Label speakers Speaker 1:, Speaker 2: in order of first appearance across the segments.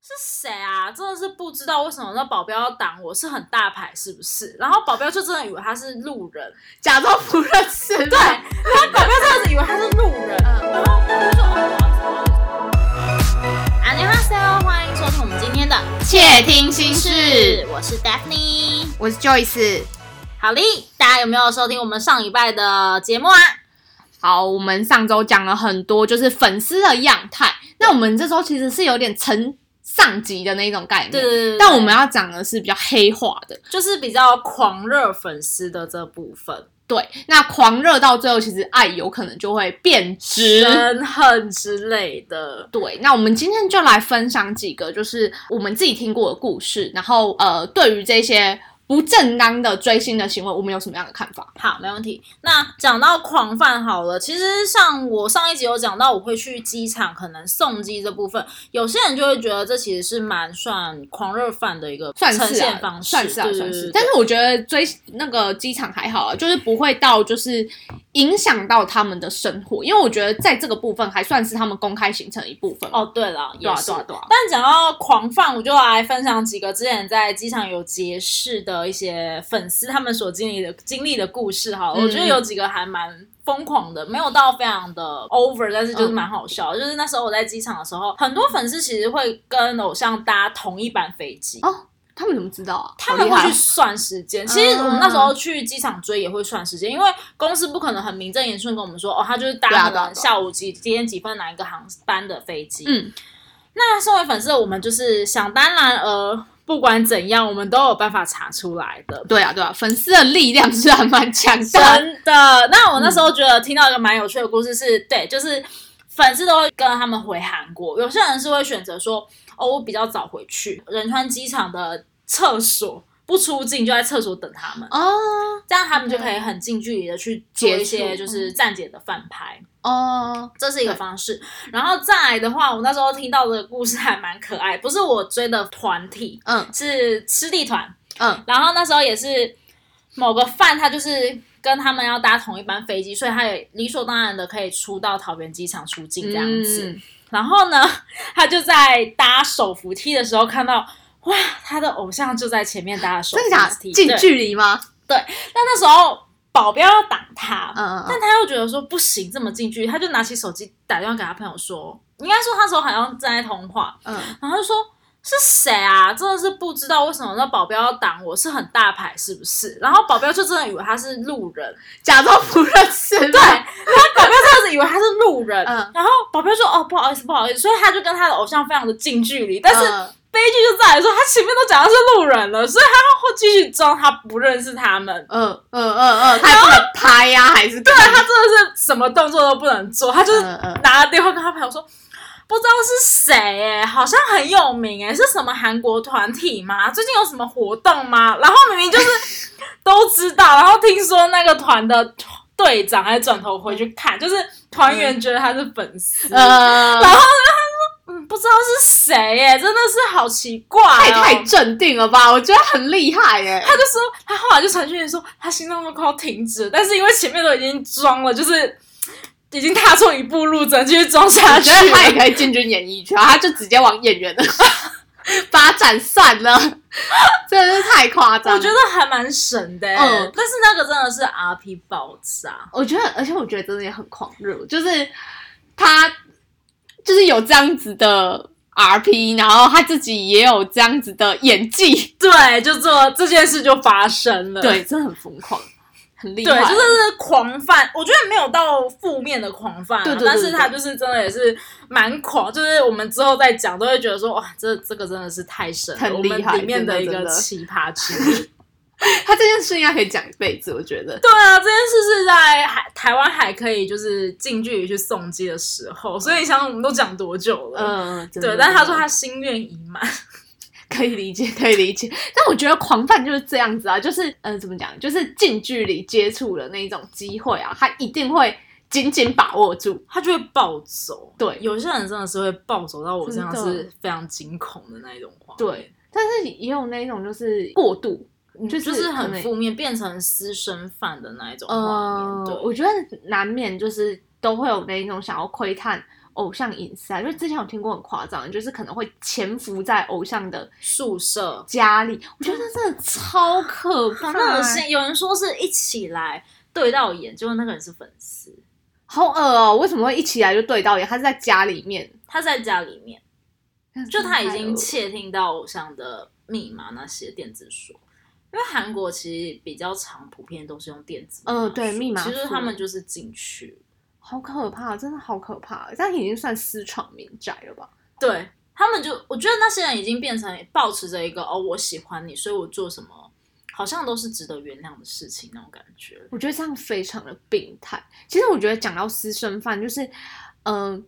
Speaker 1: 是谁啊？真的是不知道为什么那保镖要挡我，是很大牌是不是？然后保镖就真的以为他是路人，
Speaker 2: 假装不认识。
Speaker 1: 对，然后保镖真的是以为他是路人，然后我就说哦，安尼哈塞哦，欢迎收听我们今天的
Speaker 2: 窃听心
Speaker 1: 是
Speaker 2: 事，，
Speaker 1: 我是 Daphne。
Speaker 2: 我是 Joyce。
Speaker 1: 好嘞，大家有没有收听我们上礼拜的节目啊？
Speaker 2: 好，我们上周讲了很多就是粉丝的样态，那我们这周其实是有点层上级的那一种概念，
Speaker 1: 对对对对
Speaker 2: 但我们要讲的是比较黑化的，
Speaker 1: 就是比较狂热粉丝的这部分，
Speaker 2: 对，那狂热到最后，其实爱有可能就会变
Speaker 1: 嗯
Speaker 2: 质。
Speaker 1: 生恨之类的。
Speaker 2: 对，那我们今天就来分享几个，就是我们自己听过的故事，然后呃，对于这些不正当的追星的行为，我们有什么样的看法？
Speaker 1: 好，没问题。那讲到狂饭好了，其实像我上一集有讲到，我会去机场可能送机这部分，有些人就会觉得这其实是蛮算狂热饭的一个
Speaker 2: 算
Speaker 1: 呈
Speaker 2: 是
Speaker 1: 现
Speaker 2: 啊，
Speaker 1: 方式，
Speaker 2: 算是啊，
Speaker 1: 对
Speaker 2: 算
Speaker 1: 对
Speaker 2: 是
Speaker 1: 对。
Speaker 2: 但是我觉得追那个机场还好啊，就是不会到就是影响到他们的生活，因为我觉得在这个部分还算是他们公开行程的一部分。
Speaker 1: 哦，，对了，
Speaker 2: 对啊
Speaker 1: 也，是
Speaker 2: 对啊，对啊。
Speaker 1: 但讲到狂放，我就来分享几个之前在机场有结识的一些粉丝他们所经历的经历的故事哈。
Speaker 2: 嗯
Speaker 1: 我觉得有几个还蛮疯狂的，没有到非常的 over，但是
Speaker 2: 嗯
Speaker 1: 就是蛮好笑的。就是那时候我在机场的时候，很多粉丝其实会跟偶像搭同一班飞机。
Speaker 2: 哦他们怎么知道啊？
Speaker 1: 他
Speaker 2: 好
Speaker 1: 们
Speaker 2: 厉
Speaker 1: 会
Speaker 2: 害
Speaker 1: 去
Speaker 2: 啊
Speaker 1: 算时间，其实
Speaker 2: 嗯
Speaker 1: 我们那时候去机场追也会算时间，因为公司不可能很名正言顺跟我们说，哦，他就是搭
Speaker 2: 对啊
Speaker 1: 可
Speaker 2: 对啊
Speaker 1: 能
Speaker 2: 对啊
Speaker 1: 下午几几点几分哪一个航班的飞机，
Speaker 2: 嗯，
Speaker 1: 那身为粉丝，我们就是想当然呃，不管怎样，我们都有办法查出来的。
Speaker 2: 对啊，对啊，粉丝的力量是还蛮强大的。
Speaker 1: 真的。那我那时候觉得听到一个蛮有趣的故事是，对，就是粉丝都会跟他们回韩国，有些人是会选择说，哦，我比较早回去，仁川机场的厕所不出镜，就在厕所等他们，
Speaker 2: 哦
Speaker 1: 这样他们就可以很近距离的去做一
Speaker 2: 嗯
Speaker 1: 些就是站姐的饭拍。
Speaker 2: 哦，
Speaker 1: 这是一个方式，然后再来的话，我那时候听到的故事还蛮可爱，不是我追的团体，
Speaker 2: 嗯
Speaker 1: 是师弟团，
Speaker 2: 嗯，
Speaker 1: 然后那时候也是某个饭，他就是跟他们要搭同一班飞机，所以他也理所当然的可以出到桃园机场出境这样子。
Speaker 2: 嗯
Speaker 1: 然后呢，他就在搭手扶梯的时候看到。哇，他的偶像就在前面搭了手
Speaker 2: 真的假
Speaker 1: 扶梯，
Speaker 2: 的？近
Speaker 1: 对
Speaker 2: 距离吗？
Speaker 1: 但那时候保镖要挡他，
Speaker 2: 嗯嗯嗯
Speaker 1: 但他又觉得说不行，这么近距离，他就拿起手机打电话给他朋友说，应该说那时候好像正在通话，
Speaker 2: 嗯，
Speaker 1: 然后就说是谁啊？真的是不知道为什么那保镖要挡我，是很大牌是不是？然后保镖就真的以为他是路人，
Speaker 2: 假装不认 识。
Speaker 1: 对，然后保镖真的是以为他是路人，
Speaker 2: 嗯
Speaker 1: 然后保镖说哦不好意思不好意思，所以他就跟他的偶像非常的近距离，但是
Speaker 2: 嗯
Speaker 1: 悲剧就在于说他前面都讲他是路人了，所以他会继续装他不认识他们。
Speaker 2: 嗯嗯嗯嗯，他还不能拍呀、还是对
Speaker 1: 对他真的是什么动作都不能做，他就是
Speaker 2: 嗯嗯
Speaker 1: 拿了电话跟他朋友说，不知道是谁哎、好像很有名哎、是什么韩国团体吗？最近有什么活动吗？然后明明就是都知道，然后听说那个团的队长还转头回去看，就是团
Speaker 2: 嗯
Speaker 1: 员觉得他是粉丝，嗯
Speaker 2: 呃，
Speaker 1: 然后嗯不知道是谁哎、真的是好奇怪、哦，
Speaker 2: 太太镇定了吧？我觉得很厉害耶、
Speaker 1: 他就说，他后来就传讯息说，他心脏都快要停止了，但是因为前面都已经装了，就是 已经踏错一步路，只能继续装下
Speaker 2: 我
Speaker 1: 去
Speaker 2: 觉得他也
Speaker 1: 了。
Speaker 2: 可以进军演艺圈，他就直接往演员的 发展算了，真的是太夸 张。
Speaker 1: 我 觉得还蛮神的、欸，
Speaker 2: 嗯
Speaker 1: 但是那个真的是 R P 爆炸，
Speaker 2: 我觉得，而且我觉得真的也很狂热，就是他就是有这样子的 RP，然后他自己也有这样子的演技，
Speaker 1: 对，就做这件事就发生了，
Speaker 2: 对，真的很疯狂，很厉害，
Speaker 1: 对，就是狂犯，我觉得没有到负面的狂犯、啊，
Speaker 2: 对对对
Speaker 1: 但是
Speaker 2: 对
Speaker 1: 他就是真的也是蛮狂，就是我们之后再讲都会觉得说，哇，这这个真的是太神了，
Speaker 2: 很厉害
Speaker 1: 我们里面
Speaker 2: 真的
Speaker 1: 一个
Speaker 2: 真的
Speaker 1: 奇葩之一。
Speaker 2: 他这件事应该可以讲一辈子，我觉得。
Speaker 1: 对啊，这件事是在海台湾还可以就是近距离去送机的时候，所以你想想我们都讲多久了？
Speaker 2: 嗯，真的
Speaker 1: 对，但是他
Speaker 2: 真
Speaker 1: 说
Speaker 2: 的
Speaker 1: 他心愿已满，
Speaker 2: 可以理解，可以理解。但我觉得狂犯就是这样子啊，就是嗯、呃怎么讲，就是近距离接触的那一种机会啊，他一定会紧紧把握住。
Speaker 1: 他就会暴走。
Speaker 2: 对
Speaker 1: 有些人真的是会暴走到我这样
Speaker 2: 真的
Speaker 1: 是非常惊恐的那一种话。
Speaker 2: 对，但是也有那一种就是过度，就是
Speaker 1: 就是
Speaker 2: 可
Speaker 1: 很
Speaker 2: 能
Speaker 1: 负面，变成私生饭的那一种画面。
Speaker 2: 呃，
Speaker 1: 对，
Speaker 2: 我觉得难免就是都会有那一种想要窥探偶像隐私啊，就是之前有听过很夸张的，就是可能会潜伏在偶像的
Speaker 1: 宿舍，
Speaker 2: 家里，我觉得那真的超可怕，
Speaker 1: 好恶，心。有人说是一起来对到眼，结果那个人是粉丝，
Speaker 2: 好恶哦！为什么会一起来就对到眼？他是在家里面，
Speaker 1: 他在家里面，就他已经
Speaker 2: 太恶
Speaker 1: 窃听到偶像的密码那些电子书。因为韩国其实比较常普遍都是用电子，
Speaker 2: 嗯对密码
Speaker 1: 其实
Speaker 2: 术
Speaker 1: 他们就是进去，
Speaker 2: 好可怕，真的好可怕，这样已经算私闯民宅了吧？
Speaker 1: 对他们就我觉得那些人已经变成保持着一个哦，我喜欢你，所以我做什么好像都是值得原谅的事情那种感觉。
Speaker 2: 我觉得这样非常的病态。其实我觉得讲到私生饭，就是，嗯、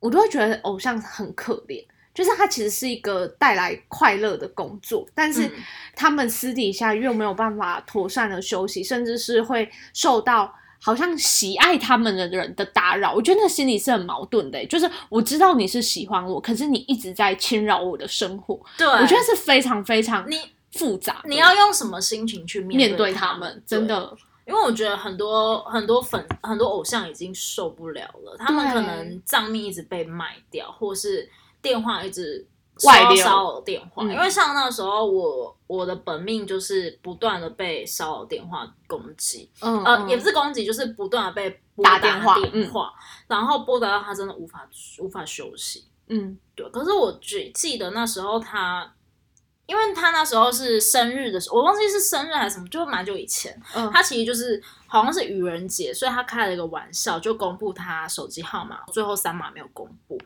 Speaker 2: 我都会觉得偶像很可怜，就是他其实是一个带来快乐的工作，但是
Speaker 1: 嗯
Speaker 2: 他们私底下又没有办法妥善的休息，甚至是会受到。好像喜爱他们的人的打扰，我觉得那心里是很矛盾的、欸就是我知道你是喜欢我，可是你一直在侵扰我的生活，
Speaker 1: 对，
Speaker 2: 我觉得是非常非常
Speaker 1: 你
Speaker 2: 复杂的。
Speaker 1: 你要用什么心情去面
Speaker 2: 面
Speaker 1: 对
Speaker 2: 对他们，真的
Speaker 1: 因为我觉得很多很多粉很多偶像已经受不了了，他们
Speaker 2: 对
Speaker 1: 可能账密一直被卖掉，或是电话一直
Speaker 2: 外
Speaker 1: 骚
Speaker 2: 流
Speaker 1: 骚扰电话。
Speaker 2: 嗯
Speaker 1: 因为像那时候我我的本命就是不断的被骚扰电话攻击，
Speaker 2: 嗯
Speaker 1: 呃，
Speaker 2: 嗯
Speaker 1: 也不是攻击，就是不断的被拨
Speaker 2: 打
Speaker 1: 电
Speaker 2: 电话嗯
Speaker 1: 电话，然后拨打到他真的无法无法休息。
Speaker 2: 嗯
Speaker 1: 对，可是我只记得那时候他，因为他那时候是生日的时候，我忘记是生日还是什么，就蛮久以前。
Speaker 2: 嗯
Speaker 1: 他其实就是好像是愚人节，所以他开了一个玩笑，就公布他手机号码，最后三码没有公布。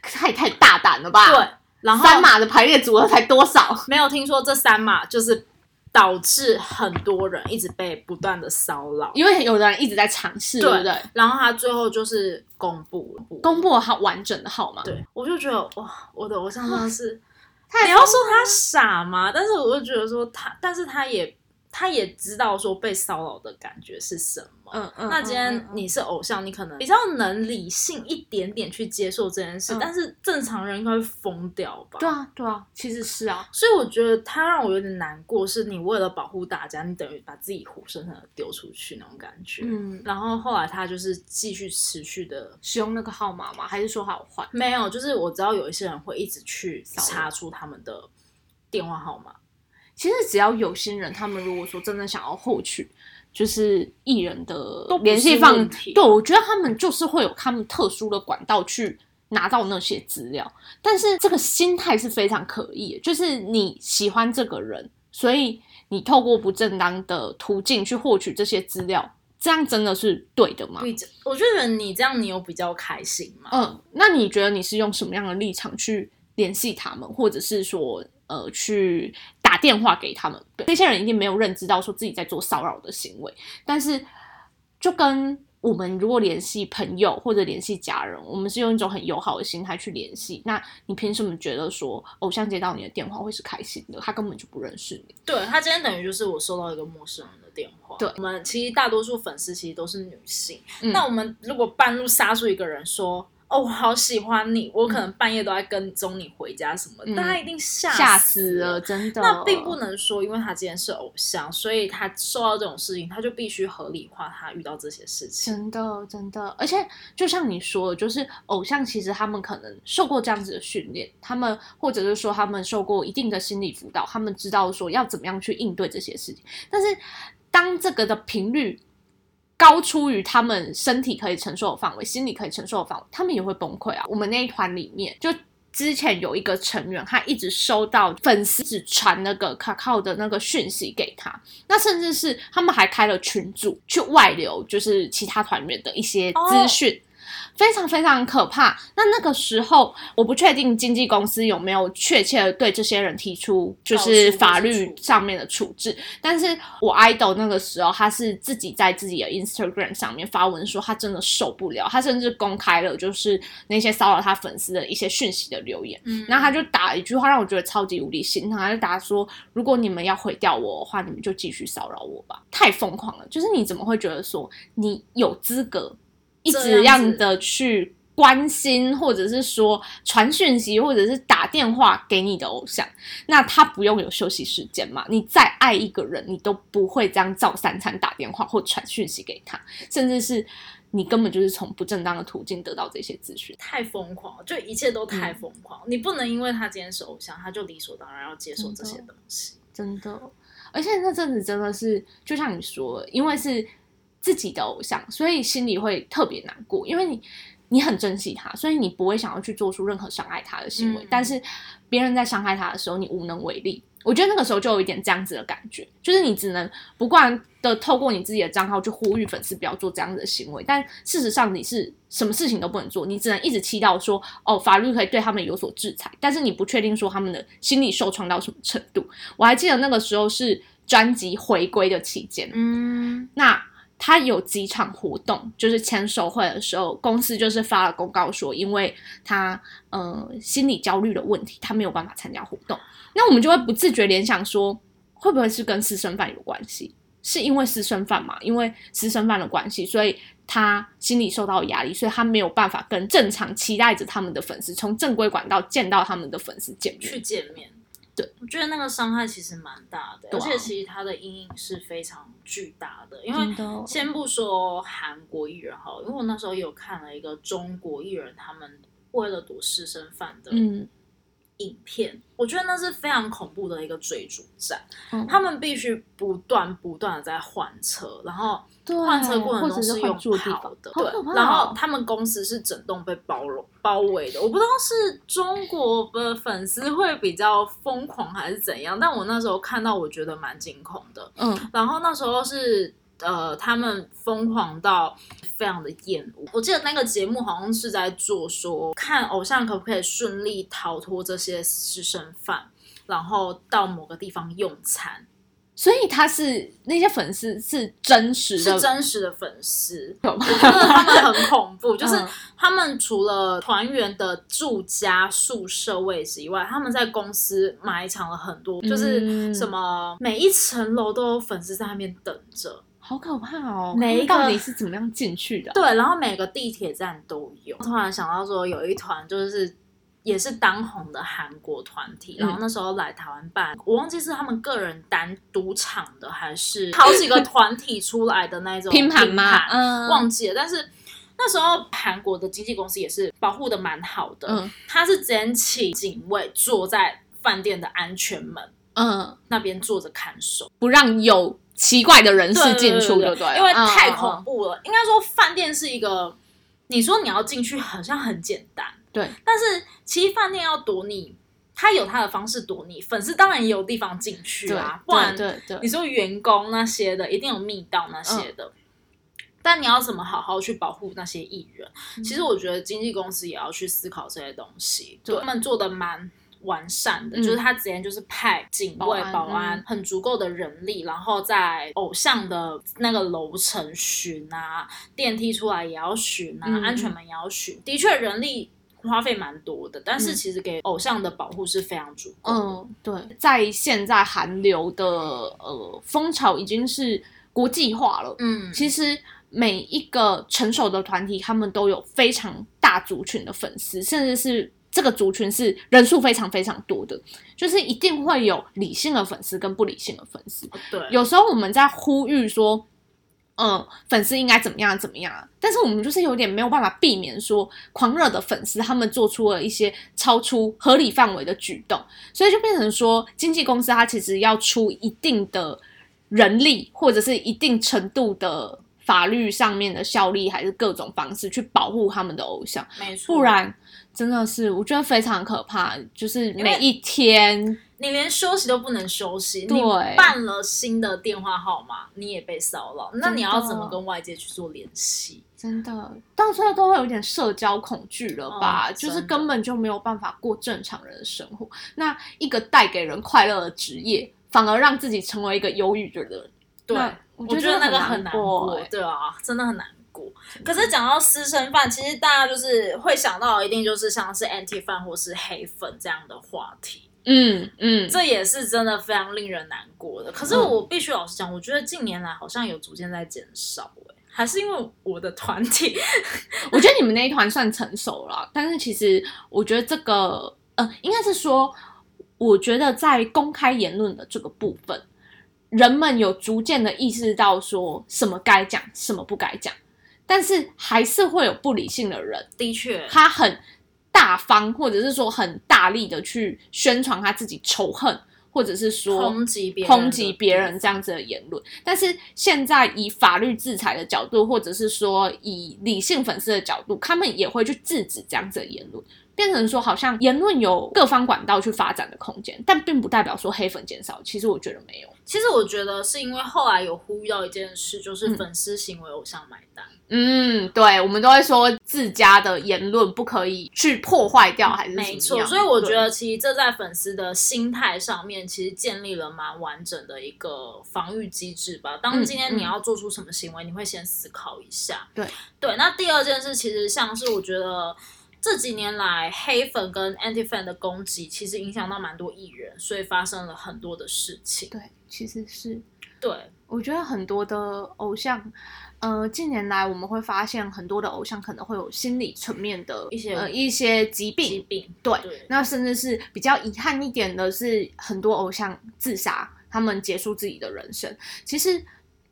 Speaker 2: 可是他也太大胆了吧？
Speaker 1: 对，，然后
Speaker 2: 啊三码的排列组合才多少？
Speaker 1: 没有听说这三码就是导致很多人一直被不断的骚扰，
Speaker 2: 因为有的人一直在尝试，对不对？
Speaker 1: 然后他最后就是公布了
Speaker 2: 公布了他完整的号码，
Speaker 1: 对，我就觉得哇，我的偶像真的是。
Speaker 2: 啊太
Speaker 1: 你要说他傻吗？但是我就觉得说他，但是他也他也知道说被骚扰的感觉是什么。
Speaker 2: 嗯嗯，
Speaker 1: 那今
Speaker 2: 嗯
Speaker 1: 天
Speaker 2: 嗯
Speaker 1: 你是偶像，你可能比较能理性一点点去接受这件事，
Speaker 2: 嗯
Speaker 1: 但是正常人应该会疯掉吧？
Speaker 2: 对啊对啊，其实是啊，
Speaker 1: 所以我觉得他让我有点难过，是你为了保护大家，你等于把自己活生生的丢出去那种感觉。
Speaker 2: 嗯，
Speaker 1: 然后后来他就是继续持续的
Speaker 2: 使用那个号码吗？还是说他有换？
Speaker 1: 没有，就是我知道有一些人会一直去
Speaker 2: 扰
Speaker 1: 查出他们的电话号码。
Speaker 2: 其实只要有心人，他们如果说真的想要获取，就是艺人的
Speaker 1: 都不是
Speaker 2: 联系方
Speaker 1: 问，题啊
Speaker 2: 对我觉得他们就是会有他们特殊的管道去拿到那些资料。但是这个心态是非常可疑的，就是你喜欢这个人，所以你透过不正当的途径去获取这些资料，这样真的是对的吗？
Speaker 1: 比较，我觉得你这样，你有比较开心吗？
Speaker 2: 嗯，那你觉得你是用什么样的立场去联系他们，或者是说呃去打电话给他们？对这些人一定没有认知到说自己在做骚扰的行为，但是就跟我们如果联系朋友或者联系家人，我们是用一种很友好的心态去联系，那你凭什么觉得说偶像接到你的电话会是开心的？他根本就不认识你。
Speaker 1: 对他今天等于就是我收到一个陌生人的电话。
Speaker 2: 对
Speaker 1: 我们其实大多数粉丝其实都是女性。
Speaker 2: 嗯
Speaker 1: 那我们如果半路杀出一个人说：“哦，我好喜欢你，我可能半夜都在跟踪你回家什么”，
Speaker 2: 嗯
Speaker 1: 大家一定吓
Speaker 2: 吓
Speaker 1: 死
Speaker 2: 死了，。真的。
Speaker 1: 那并不能说，因为他今天是偶像，所以他受到这种事情，他就必须合理化他遇到这些事情。
Speaker 2: 真的，真的，而且就像你说的，就是偶像其实他们可能受过这样子的训练，他们或者是说他们受过一定的心理辅导，他们知道说要怎么样去应对这些事情。但是当这个的频率高出于他们身体可以承受的范围、心理可以承受的范围，他们也会崩溃啊。我们那一团里面就。之前有一个成员，他一直收到粉丝只传那个卡靠的那个讯息给他，那甚至是他们还开了群组去外流，就是其他团员的一些资讯。非常非常可怕。那那个时候，我不确定经纪公司有没有确切的对这些人提出就是法律上面的处置，但是我 idol 那个时候，他是自己在自己的 Instagram 上面发文说他真的受不了，他甚至公开了就是那些骚扰他粉丝的一些讯息的留言。
Speaker 1: 嗯
Speaker 2: 然后他就打一句话让我觉得超级无理心疼，他就打说：“如果你们要毁掉我的话，你们就继续骚扰我吧。”太疯狂了！就是你怎么会觉得说你有资格一直
Speaker 1: 这
Speaker 2: 这
Speaker 1: 样子
Speaker 2: 样的去关心，或者是说传讯息，或者是打电话给你的偶像？那他不用有休息时间嘛？你再爱一个人，你都不会这样照三餐打电话或传讯息给他，甚至是你根本就是从不正当的途径得到这些资讯。
Speaker 1: 太疯狂了，就一切都
Speaker 2: 嗯
Speaker 1: 太疯狂。你不能因为他今天是偶像，他就理所当然要接受这些东西。
Speaker 2: 真的。而且那阵子真的是，就像你说，因为是自己的偶像，所以心里会特别难过，因为你你很珍惜他，所以你不会想要去做出任何伤害他的行为。
Speaker 1: 嗯
Speaker 2: 但是别人在伤害他的时候，你无能为力。我觉得那个时候就有一点这样子的感觉，就是你只能不断的透过你自己的账号去呼吁粉丝不要做这样子的行为，但事实上你是什么事情都不能做，你只能一直祈祷说，哦，法律可以对他们有所制裁，但是你不确定说他们的心理受创到什么程度。我还记得那个时候是专辑回归的期间，
Speaker 1: 嗯，
Speaker 2: 那他有几场活动，就是签售会的时候，公司就是发了公告说，因为他呃心理焦虑的问题，他没有办法参加活动。那我们就会不自觉联想说，会不会是跟私生饭有关系？是因为私生饭嘛？因为私生饭的关系，所以他心理受到压力，所以他没有办法跟正常期待着他们的粉丝从正规管道见到他们的粉丝见面
Speaker 1: 去。见面。
Speaker 2: 对，
Speaker 1: 我觉得那个伤害其实蛮大的，
Speaker 2: 对
Speaker 1: 而
Speaker 2: 啊
Speaker 1: 且其实他的阴影是非常巨大的。因为
Speaker 2: 真的
Speaker 1: 先不说韩国艺人好了，因为我那时候也有看了一个中国艺人他们为了躲私生饭的
Speaker 2: 嗯，
Speaker 1: 影片，我觉得那是非常恐怖的一个追逐战。
Speaker 2: 嗯
Speaker 1: 他们必须不断不断的在换车，然后
Speaker 2: 对
Speaker 1: 换车过程
Speaker 2: 或者
Speaker 1: 中
Speaker 2: 是
Speaker 1: 用
Speaker 2: 换住的地
Speaker 1: 跑
Speaker 2: 方
Speaker 1: 的，
Speaker 2: 好可怕
Speaker 1: 对。
Speaker 2: 哦
Speaker 1: 然后他们公司是整栋被包容包围的，我不知道是中国的粉丝会比较疯狂还是怎样，但我那时候看到我觉得蛮惊恐的。
Speaker 2: 嗯，
Speaker 1: 然后那时候是呃，他们疯狂到非常的厌恶。我记得那个节目好像是在做说，看偶像可不可以顺利逃脱这些私生饭，然后到某个地方用餐，
Speaker 2: 所以他是那些粉丝是真实的，
Speaker 1: 是真实的粉 丝。
Speaker 2: 有吗？
Speaker 1: 真的他们很恐 怖，就是
Speaker 2: 嗯
Speaker 1: 他们除了团员的住家宿舍位置以外，他们在公司埋藏了很多，就是
Speaker 2: 嗯
Speaker 1: 什么每一层楼都有粉丝在那边等着，
Speaker 2: 好可怕哦！
Speaker 1: 每一个
Speaker 2: 他们到底是怎么样进去的？
Speaker 1: 对，然后每个地铁站都有。突然想到说，有一团就是也是当红的韩国团体，然后
Speaker 2: 嗯
Speaker 1: 那时候来台湾办，我忘记是他们个人单独场的，还是好几个团体出来的那种
Speaker 2: 拼盘
Speaker 1: 拼
Speaker 2: 吗？
Speaker 1: 盘
Speaker 2: 嗯，
Speaker 1: 忘记了，但是。那时候韩国的经纪公司也是保护的蛮好的，
Speaker 2: 嗯
Speaker 1: 他是直请警卫坐在饭店的安全门
Speaker 2: 嗯，
Speaker 1: 那边坐着看守，
Speaker 2: 不让有奇怪的人士进出，
Speaker 1: 对
Speaker 2: 不对了？
Speaker 1: 因为
Speaker 2: 嗯
Speaker 1: 太
Speaker 2: 嗯
Speaker 1: 恐
Speaker 2: 嗯
Speaker 1: 怖了。应该说饭店是一个，你说你要进去好像很简单，
Speaker 2: 对，
Speaker 1: 但是其实饭店要躲你，他有他的方式躲你，粉丝当然也有地方进去
Speaker 2: 对
Speaker 1: 啊，不然
Speaker 2: 对对
Speaker 1: 你
Speaker 2: 对，
Speaker 1: 说员工那些的一定有密道那些的。但你要怎么好好去保护那些艺人？其实我觉得经纪公司也要去思考这些东西，
Speaker 2: 嗯对
Speaker 1: 他们做的蛮完善的，
Speaker 2: 嗯
Speaker 1: 就是他直接就是派警
Speaker 2: 保
Speaker 1: 卫、
Speaker 2: 安嗯
Speaker 1: 保安、很足够的人力，然后在偶像的那个楼层巡啊，电梯出来也要巡啊，
Speaker 2: 嗯
Speaker 1: 安全门也要巡。的确，人力花费蛮多的，但是
Speaker 2: 嗯
Speaker 1: 其实给偶像的保护是非常足够的。
Speaker 2: 嗯，对，在现在韩流的呃风潮已经是国际化了，
Speaker 1: 嗯
Speaker 2: 其实每一个成熟的团体，他们都有非常大族群的粉丝，甚至是这个族群是人数非常非常多的，就是一定会有理性的粉丝跟不理性的粉丝。
Speaker 1: 对，
Speaker 2: 有时候我们在呼吁说，嗯，粉丝应该怎么样怎么样啊，但是我们就是有点没有办法避免说狂热的粉丝他们做出了一些超出合理范围的举动，所以就变成说经纪公司它其实要出一定的人力或者是一定程度的。法律上面的效力，还是各种方式去保护他们的偶像，
Speaker 1: 没错，
Speaker 2: 不然真的是我觉得非常可怕。就是
Speaker 1: 为
Speaker 2: 每一天
Speaker 1: 你连休息都不能休息，
Speaker 2: 对
Speaker 1: 你办了新的电话号码，你也被骚扰，那你要怎么跟外界去做联系？
Speaker 2: 真的到最后都会有点社交恐惧了吧？
Speaker 1: 嗯
Speaker 2: 就
Speaker 1: 真
Speaker 2: 是
Speaker 1: 的
Speaker 2: 根本就没有办法过正常人的生活。那一个带给人快乐的职业，反而让自己成为一个忧郁的人。
Speaker 1: 对，
Speaker 2: 那我
Speaker 1: 我
Speaker 2: 觉
Speaker 1: 觉得
Speaker 2: 得
Speaker 1: 那个
Speaker 2: 很
Speaker 1: 难
Speaker 2: 过
Speaker 1: 过
Speaker 2: 欸，
Speaker 1: 对啊，真的很难过。
Speaker 2: 真的
Speaker 1: 可是讲到私生饭，其实大家就是会想到，一定就是像是 anti 饭或是黑粉这样的话题，
Speaker 2: 嗯嗯，
Speaker 1: 这也是真的非常令人难过的。可是我必须老实讲，我觉得近年来好像有逐渐在减少、欸，还是因为我的团体，
Speaker 2: 我觉得你们那一团算成熟了，但是其实我觉得这个呃，应该是说，我觉得在公开言论的这个部分，人们有逐渐的意识到说什么该讲，什么不该讲。但是还是会有不理性的人，
Speaker 1: 的确，
Speaker 2: 他很大方，或者是说很大力的去宣传他自己仇恨，或者是说
Speaker 1: 抨击别人的
Speaker 2: 抨击别人这样子的言论。但是现在以法律制裁的角度，或者是说以理性粉丝的角度，他们也会去制止这样子的言论，变成说好像言论有各方管道去发展的空间，但并不代表说黑粉减少。其实我觉得没有，
Speaker 1: 其实我觉得是因为后来有呼吁到一件事，就是
Speaker 2: 嗯
Speaker 1: 粉丝行为偶像买单，
Speaker 2: 嗯，对，我们都会说自家的言论不可以去破坏掉，还是
Speaker 1: 没
Speaker 2: 怎么
Speaker 1: 错。
Speaker 2: 嗯样
Speaker 1: 所以我
Speaker 2: 对
Speaker 1: 觉得其实这在粉丝的心态上面，其实建立了蛮完整的一个防御机制吧。当
Speaker 2: 嗯
Speaker 1: 今天你
Speaker 2: 嗯
Speaker 1: 要做出什么行为，你会先思考一下。
Speaker 2: 对
Speaker 1: 对，那第二件事其实像是我觉得。这几年来，黑粉跟 anti fan 的攻击其实影响到蛮多艺人，所以发生了很多的事情。
Speaker 2: 对，其实是
Speaker 1: 对，
Speaker 2: 我觉得很多的偶像，呃，近年来我们会发现很多的偶像可能会有心理层面的
Speaker 1: 一些
Speaker 2: 呃一些疾病，
Speaker 1: 疾病，
Speaker 2: 对
Speaker 1: 对，
Speaker 2: 那甚至是比较遗憾一点的是，很多偶像自杀，他们结束自己的人生。其实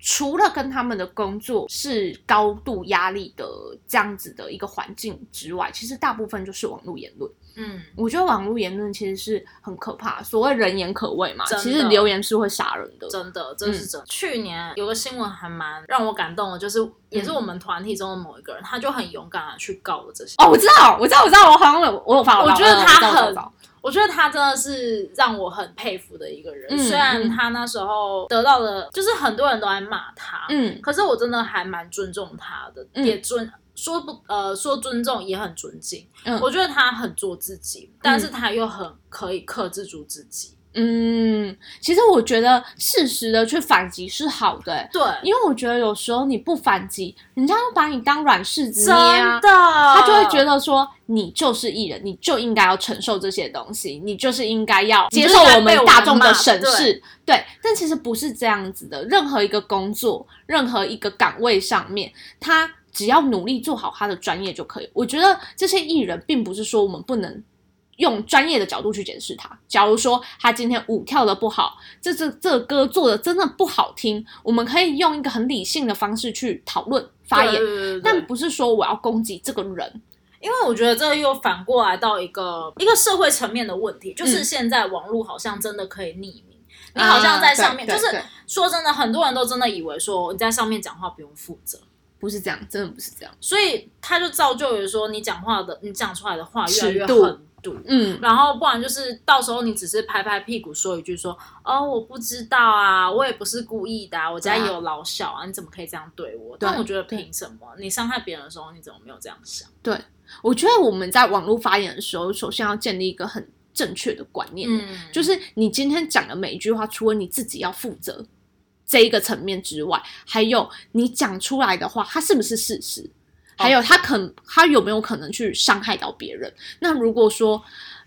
Speaker 2: 除了跟他们的工作是高度压力的这样子的一个环境之外，其实大部分就是网络言论。
Speaker 1: 嗯，
Speaker 2: 我觉得网络言论其实是很可怕，所谓人言可畏嘛，
Speaker 1: 真的
Speaker 2: 其实留言是会杀人的。嗯
Speaker 1: 真的，这是真的。去年有个新闻还蛮让我感动的，就是也是
Speaker 2: 嗯
Speaker 1: 我们团体中的某一个人，他就很勇敢的去告了这些。
Speaker 2: 哦，我知道，我知道，我知道，我好像有我有发，
Speaker 1: 我
Speaker 2: 发
Speaker 1: 觉得
Speaker 2: 我
Speaker 1: 他
Speaker 2: 知道我知道
Speaker 1: 很
Speaker 2: 我知道
Speaker 1: 我觉得他真的是让我很佩服的一个人，
Speaker 2: 嗯
Speaker 1: 虽然
Speaker 2: 嗯
Speaker 1: 他那时候得到的，就是很多人都在骂他，
Speaker 2: 嗯，
Speaker 1: 可是我真的还蛮尊重他的，
Speaker 2: 嗯
Speaker 1: 也尊说不呃说尊重也很尊敬。
Speaker 2: 嗯
Speaker 1: 我觉得他很做自己，但是他又很可以克制住自己。
Speaker 2: 嗯，其实我觉得适时的去反击是好的、欸
Speaker 1: 对，
Speaker 2: 因为我觉得有时候你不反击，人家又把你当软柿子
Speaker 1: 真
Speaker 2: 捏
Speaker 1: 的
Speaker 2: 啊，，他就会觉
Speaker 1: 得
Speaker 2: 得说你就是艺人，你就应该要承受这些东西，你就是应该要
Speaker 1: 你
Speaker 2: 接
Speaker 1: 就是
Speaker 2: 受
Speaker 1: 该
Speaker 2: 我
Speaker 1: 被
Speaker 2: 们
Speaker 1: 我们
Speaker 2: 大众
Speaker 1: 骂
Speaker 2: 的审
Speaker 1: 对
Speaker 2: 视。对，但其实不是这样子的。任何一个工作，任何一个岗位上面，他只要努力做好他的专业就可以。我觉得这些艺人并不是说我们不能。用专业的角度去检视他。假如说他今天舞跳的不好，这这这歌做的真的不好听，我们可以用一个很理性的方式去讨论发言
Speaker 1: 对，对对对
Speaker 2: 但不是说我要攻击这个人。
Speaker 1: 因为我觉得这又反过来到一个一个社会层面的问题，就是现在网络好像真的可以匿名，你好像在上面，
Speaker 2: 嗯啊
Speaker 1: 就
Speaker 2: 对
Speaker 1: 是
Speaker 2: 对对
Speaker 1: 说真的，很多人都真的以为说你在上面讲话不用负责，
Speaker 2: 不是这样，真的不是这样。
Speaker 1: 所以他就造就于说你讲话的你讲出来的话越来越
Speaker 2: 尺度
Speaker 1: 狠毒。
Speaker 2: 嗯，
Speaker 1: 然后不然就是到时候你只是拍拍屁股说一句说哦我不知道啊，我也不是故意的、啊，我家
Speaker 2: 对啊
Speaker 1: 也有老小啊，你怎么可以这样对我？
Speaker 2: 对
Speaker 1: 但我觉得
Speaker 2: 对
Speaker 1: 凭什么？你伤害别人的时候你怎么没有这样想？
Speaker 2: 我觉得我们在网络发言的时候，首先要建立一个很正确的观念，
Speaker 1: 嗯
Speaker 2: 就是你今天讲的每一句话，除了你自己要负责这一个层面之外，还有你讲出来的话，它是不是事实？还有他可他有没有可能去伤害到别人？那如果说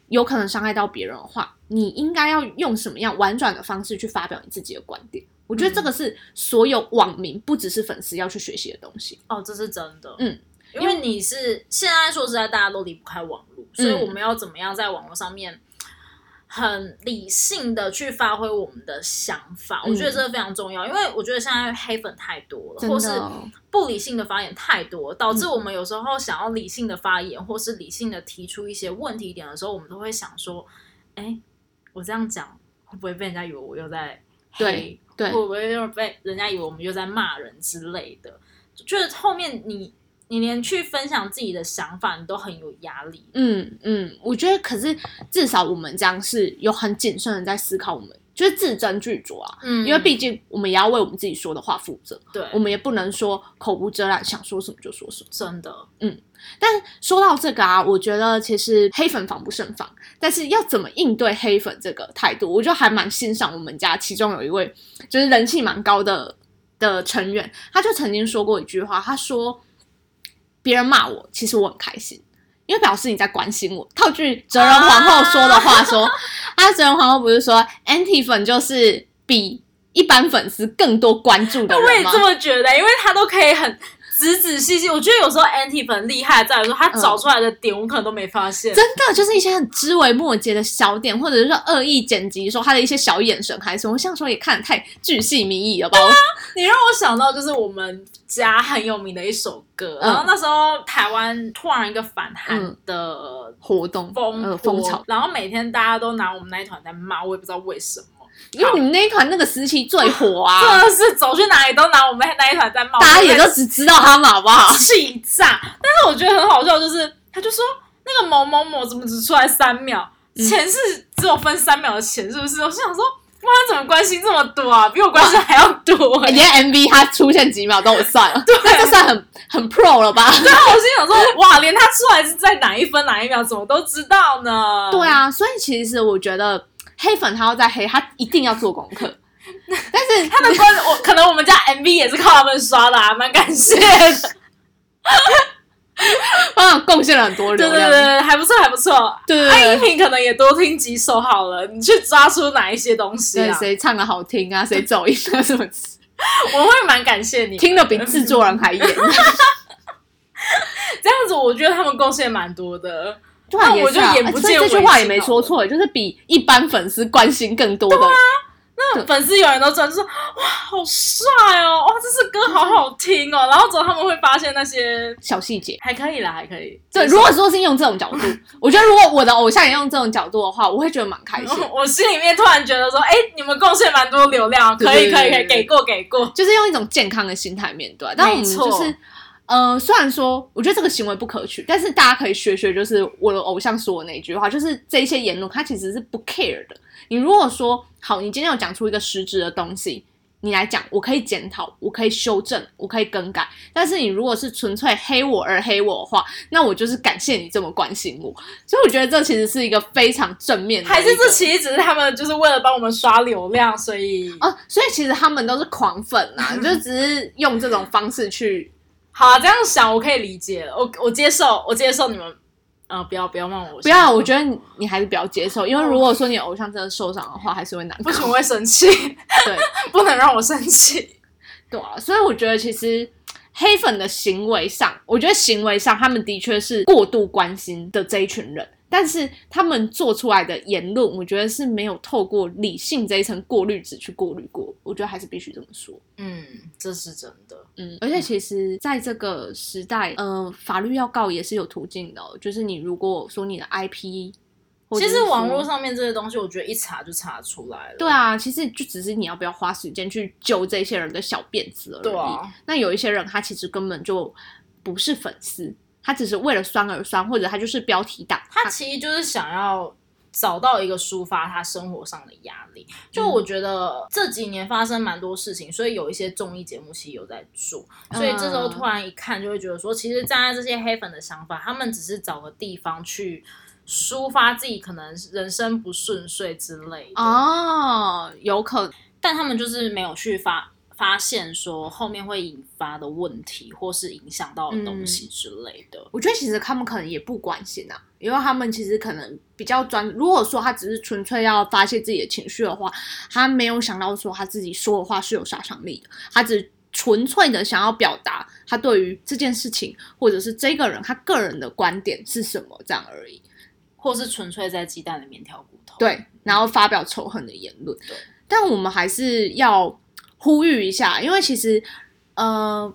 Speaker 2: 有可能伤害到别人的话，你应该要用什么样婉转的方式去发表你自己的观点？我觉得这个是所有网民，不只是粉丝要去学习的东西。
Speaker 1: 哦，这是真的，
Speaker 2: 嗯，
Speaker 1: 因为你是现在说实在，大家都离不开网络，所以
Speaker 2: 嗯
Speaker 1: 我们要怎么样在网络上面很理性的去发挥我们的想法？
Speaker 2: 嗯
Speaker 1: 我觉得这个非常重要，因为我觉得现在黑粉太多了，
Speaker 2: 真
Speaker 1: 或
Speaker 2: 的
Speaker 1: 是不理性的发言太多，导致我们有时候想要理性的发言，或是理性的提出一些问题点的时候，我们都会想说，哎、我这样讲会不会被人家以为我又在黑
Speaker 2: 对对，
Speaker 1: 会不会又被人家以为我们又在骂人之类的？就是后面你你连去分享自己的想法，你都很有压力。啊
Speaker 2: 嗯嗯，我觉得可是至少我们这样是有很谨慎的在思考，我们就是字斟句酌啊，
Speaker 1: 嗯
Speaker 2: 因为毕竟我们也要为我们自己说的话负责，
Speaker 1: 对
Speaker 2: 我们也不能说口无遮拦，想说什么就说什么。
Speaker 1: 真的
Speaker 2: 但说到这个啊，我觉得其实黑粉防不胜防，但是要怎么应对黑粉这个态度，我就还蛮欣赏我们家其中有一位就是人气蛮高的的成员，他就曾经说过一句话，他说别人骂我，其实我很开心。因为表示你在关心我。套句哲仁皇后说的话说，啊，哲仁皇后不是说 anti 粉就是比一般粉丝更多关注的
Speaker 1: 我
Speaker 2: 人
Speaker 1: 也
Speaker 2: 吗？
Speaker 1: 这么觉得，因为他都可以很仔仔细细，我觉得有时候 anti 粉厉害在于说他
Speaker 2: 嗯
Speaker 1: 找出来的点，我可能都没发现。
Speaker 2: 真的就是一些很枝微末节的小点，或者是说恶意剪辑，说他的一些小眼神还是什么，我想说也看得太巨细靡遗了吧？
Speaker 1: 你让我想到就是我们家很有名的一首歌，
Speaker 2: 嗯
Speaker 1: 然后那时候台湾突然一个反韩
Speaker 2: 嗯
Speaker 1: 的
Speaker 2: 活动
Speaker 1: 风波、
Speaker 2: 呃风潮，
Speaker 1: 然后每天大家都拿我们那一团在骂，我也不知道为什么。
Speaker 2: 因为你们那一团那个时期最火 啊，
Speaker 1: 真的是走去哪里都拿我们那一团在骂，
Speaker 2: 大家也
Speaker 1: 我
Speaker 2: 都
Speaker 1: 真的
Speaker 2: 只知道他们好不好？
Speaker 1: 气炸。但是我觉得很好笑，就是他就说那个某某某怎么只出来三秒，
Speaker 2: 嗯
Speaker 1: 钱是只有分三秒的钱，是不是？我心想说，哇，他怎么关心这么多啊？比我关心还要多、
Speaker 2: 哎
Speaker 1: 欸。
Speaker 2: 连 MV 他出现几秒都有算了，那就算很很 pro 了吧？
Speaker 1: 然后我心想说，哇，连他出来是在哪一分哪一秒，怎么都知道呢？
Speaker 2: 对，啊，所以其实我觉得黑粉他要再黑，他一定要做功课。但是
Speaker 1: 他的关我可能我们家 MV 也是靠他们刷的、啊，蛮感 谢的。
Speaker 2: 帮我啊贡献了很多
Speaker 1: 对
Speaker 2: 流
Speaker 1: 对
Speaker 2: 量，哎
Speaker 1: 对，还不错，还不错。
Speaker 2: 对对
Speaker 1: 那
Speaker 2: 对
Speaker 1: 音频哎可能也多听几首好了，你去抓出哪一些东西
Speaker 2: 对，
Speaker 1: 啊？
Speaker 2: 谁唱的好听啊，谁走音啊，什么
Speaker 1: 我会蛮感谢你。
Speaker 2: 听的比制作人还 严。
Speaker 1: 这样子，我觉得他们贡献蛮多的。
Speaker 2: 对
Speaker 1: 那
Speaker 2: 啊，
Speaker 1: 我就
Speaker 2: 也是啊
Speaker 1: 眼不
Speaker 2: 哎所以
Speaker 1: 见
Speaker 2: 这句
Speaker 1: 为
Speaker 2: 话也
Speaker 1: 净
Speaker 2: 没
Speaker 1: 好
Speaker 2: 说
Speaker 1: 了
Speaker 2: 错，就是比一般粉丝关心更多的。
Speaker 1: 那粉丝有人都转就说：“哇，好帅哦！哇，这首歌好好听哦。”然后之后他们会发现那些
Speaker 2: 小细节。
Speaker 1: 还可以啦，还可以。
Speaker 2: 对，如果说是用这种角度，我觉得如果我的偶像也用这种角度的话，我会觉得蛮开心。
Speaker 1: 我心里面突然觉得说：“哎、你们贡献蛮多流量，可以，
Speaker 2: 对对
Speaker 1: 可以，可
Speaker 2: 对
Speaker 1: 以，
Speaker 2: 对
Speaker 1: 给过，给过。
Speaker 2: 就是用一种健康的心态面对。但我们
Speaker 1: 没
Speaker 2: 就
Speaker 1: 错
Speaker 2: 是，呃，虽然说我觉得这个行为不可取，但是大家可以学学，就是我的偶像说的那一句话，就是这一些言论他其实是不 care 的。你如果说好，你今天有讲出一个实质的东西。你来讲，我可以检讨，我可以修正，我可以更改。但是你如果是纯粹黑我而黑我的话，那我就是感谢你这么关心我。所以我觉得这其实是一个非常正面 的一个，
Speaker 1: 还是这其实只是他们就是为了帮我们刷流量，所以
Speaker 2: 哦，所以其实他们都是狂粉 啊，就只是用这种方式去
Speaker 1: 好、啊，这样想我可以理解了，我我接受，我接受你们，呃，不要不要骂我，
Speaker 2: 不要，我
Speaker 1: 得
Speaker 2: 觉得你你还是不要接受，因为
Speaker 1: 哦
Speaker 2: 如果说你的偶像真的受伤的话，还是会难
Speaker 1: 不
Speaker 2: 过。
Speaker 1: 行，我会生气，
Speaker 2: 对
Speaker 1: 不能让我生气。
Speaker 2: 对啊，所以我觉得其实黑粉的行为上，我觉得行为上他们的确是过度关心的这一群人，但是他们做出来的言论，我觉得是没有透过理性这一层过滤纸去过滤过，我觉得还是必须这么说。
Speaker 1: 嗯，这是真的。
Speaker 2: 嗯，而且其实在这个时代，呃，法律要告也是有途径的哦、就是你如果说你的 IP，或者
Speaker 1: 其
Speaker 2: 是
Speaker 1: 实网
Speaker 2: 说
Speaker 1: 络上面这些东西，我觉得一查就查出来了。
Speaker 2: 对啊，其实就只是你要不要花时间去揪这些人的小辫子而已。
Speaker 1: 对啊，
Speaker 2: 那有一些人他其实根本就不是粉丝，他只是为了酸而酸，或者他就是标题党。
Speaker 1: 他其实就是想要找到一个抒发他生活上的压力。就
Speaker 2: 嗯
Speaker 1: 我觉得这几年发生蛮多事情，所以有一些综艺节目其实有在做，
Speaker 2: 嗯
Speaker 1: 所以这时候突然一看就会觉得说，其实站在这些黑粉的想法，他们只是找个地方去抒发自己可能人生不顺遂之类的，
Speaker 2: 哦，有可能，
Speaker 1: 但他们就是没有去发。发现说后面会引发的问题，或是影响到的
Speaker 2: 嗯
Speaker 1: 东西之类的，
Speaker 2: 我觉得其实他们可能也不关心啊，因为他们其实可能比较专。如果说他只是纯粹要发泄自己的情绪的话，他没有想到说他自己说的话是有杀伤力的，他只纯粹的想要表达他对于这件事情或者是这个人他个人的观点是什么这样而已。
Speaker 1: 或是纯粹在鸡蛋里面挑骨头。
Speaker 2: 对，然后发表仇恨的言论
Speaker 1: 对。
Speaker 2: 但我们还是要呼吁一下，因为其实，呃，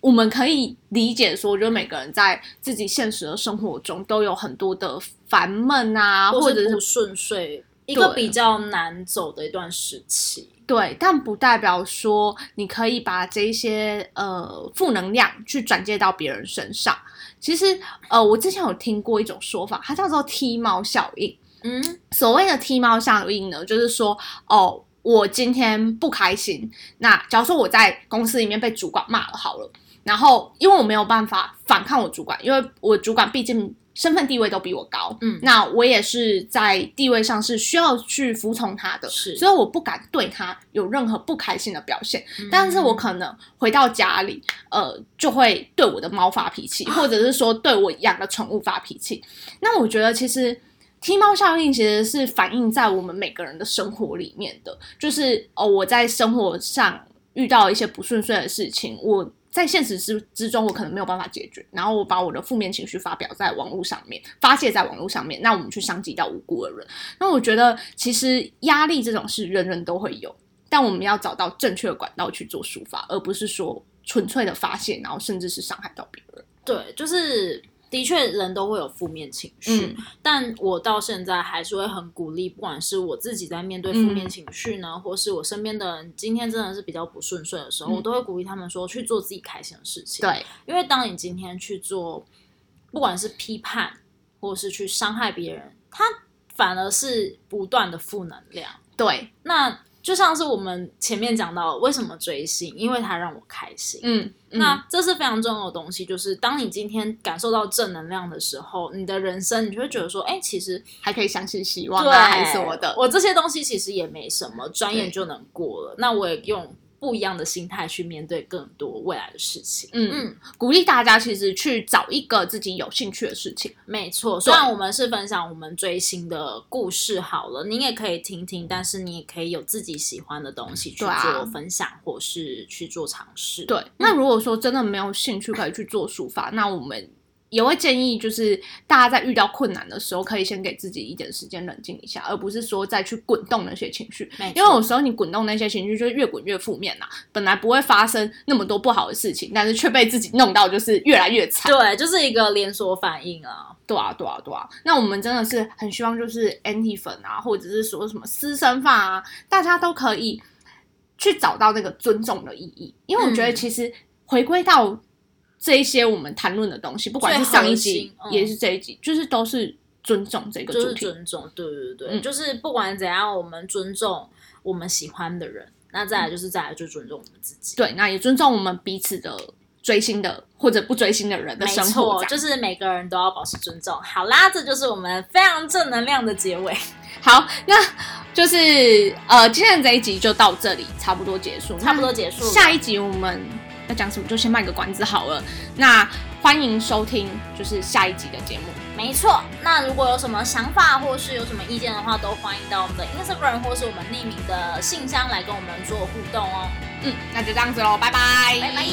Speaker 2: 我们可以理解说，就每个人在自己现实的生活中都有很多的烦闷啊，或
Speaker 1: 或
Speaker 2: 者
Speaker 1: 者不
Speaker 2: 是
Speaker 1: 顺遂，一个
Speaker 2: 对
Speaker 1: 比较难走的一段时期。
Speaker 2: 对，但不代表说你可以把这一些呃负能量去转借到别人身上。其实，呃，我之前有听过一种说法，它叫做“踢猫效应”。
Speaker 1: 嗯，
Speaker 2: 所谓的踢猫效应呢，就是说，哦，我今天不开心，那假如说我在公司里面被主管骂了好了，然后因为我没有办法反抗我主管，因为我主管毕竟身份地位都比我高，
Speaker 1: 嗯
Speaker 2: 那我也是在地位上是需要去服从他的，
Speaker 1: 是
Speaker 2: 所以我不敢对他有任何不开心的表现，但是我可能回到家里，呃，就会对我的猫发脾气，或者是说对我养的宠物发脾气。那我觉得其实。踢猫效应其实是反映在我们每个人的呃生活里面的，就是哦，我在生活上遇到一些不顺遂的事情，我在现实之之中，我可能没有办法解决，然后我把我的负面情绪发表在网络上面，发泄在网络上面，那我们去伤及到无辜的人。那我觉得其实压力这种事人人都会有，但我们要找到正确的管道去做抒发，而不是说纯粹的发泄，然后甚至是伤害到别人。
Speaker 1: 对，就是的确人都会有负面情绪，
Speaker 2: 嗯
Speaker 1: 但我到现在还是会很鼓励，不管是我自己在面对负
Speaker 2: 嗯
Speaker 1: 面情绪呢，或是我身边的人今天真的是比较不顺遂的时候，
Speaker 2: 嗯
Speaker 1: 我都会鼓励他们说去做自己开心的事情。，
Speaker 2: 对，
Speaker 1: 因为当你今天去做，不管是批判或是去伤害别人，它反而是不断的负能量。
Speaker 2: 对，
Speaker 1: 那就像是我们前面讲到，为什么追星，因为它让我开心。
Speaker 2: 嗯，嗯
Speaker 1: 那这是非常重要的东西，就是当你今天感受到正能量的时候，你的人生你就会觉得说，哎、其实
Speaker 2: 还可以相信希望
Speaker 1: 对，
Speaker 2: 啊，还是什么的。
Speaker 1: 我这些东西其实也没什么，转眼
Speaker 2: 对
Speaker 1: 就能过了。那我也用不一样的心态去面对更多未来的事情。
Speaker 2: 嗯鼓励大家其实去找一个自己有兴趣的事情。
Speaker 1: 没错，虽然我们是分享我们追星的故事好了，您也可以听听，但是你也可以有自己喜欢的东西去
Speaker 2: 对啊
Speaker 1: 做分享，或是去做尝试。
Speaker 2: 对，那如果说真的没有兴趣可以去做书法，那我们也会建议，就是大家在遇到困难的时候，可以先给自己一点时间冷静一下，而不是说再去滚动那些情绪。
Speaker 1: 没错，
Speaker 2: 因为有时候你滚动那些情绪，就是越滚越负面呐、本来不会发生那么多不好的事情，但是却被自己弄到就是越来越惨。
Speaker 1: 对，就是一个连锁反应啊。
Speaker 2: 对啊，对啊，对啊。那我们真的是很希望，就是 anti 粉啊，或者是说什么私生饭啊，大家都可以去找到那个尊重的意义，因为我觉得
Speaker 1: 嗯
Speaker 2: 其实回归到这一些我们谈论的东西，不管是上一集
Speaker 1: 最核心嗯
Speaker 2: 也是这一集，就是都是尊重这个
Speaker 1: 就
Speaker 2: 主
Speaker 1: 是
Speaker 2: 题。
Speaker 1: 尊重，对对对，
Speaker 2: 嗯
Speaker 1: 就是不管怎样，我们尊重我们喜欢的人，那再来
Speaker 2: 嗯
Speaker 1: 就是再来就尊重我们自己。
Speaker 2: 对，那也尊重我们彼此的追星的或者不追星的人的
Speaker 1: 没
Speaker 2: 生活
Speaker 1: 错，
Speaker 2: 这样。
Speaker 1: 就是每个人都要保持尊重。好啦，这就是我们非常正能量的结尾，
Speaker 2: 好，那就是呃，今天的这一集就到这里，差不多结束，
Speaker 1: 差不多结束了。
Speaker 2: 下一集我们要讲什么，就先卖个关子好了。那欢迎收听，就是下一集的节目。
Speaker 1: 没错，那如果有什么想法或是有什么意见的话，都欢迎到我们的 Instagram 或是我们匿名的信箱来跟我们做互动哦。
Speaker 2: 嗯，那就这样子喽，拜拜，
Speaker 1: 拜拜。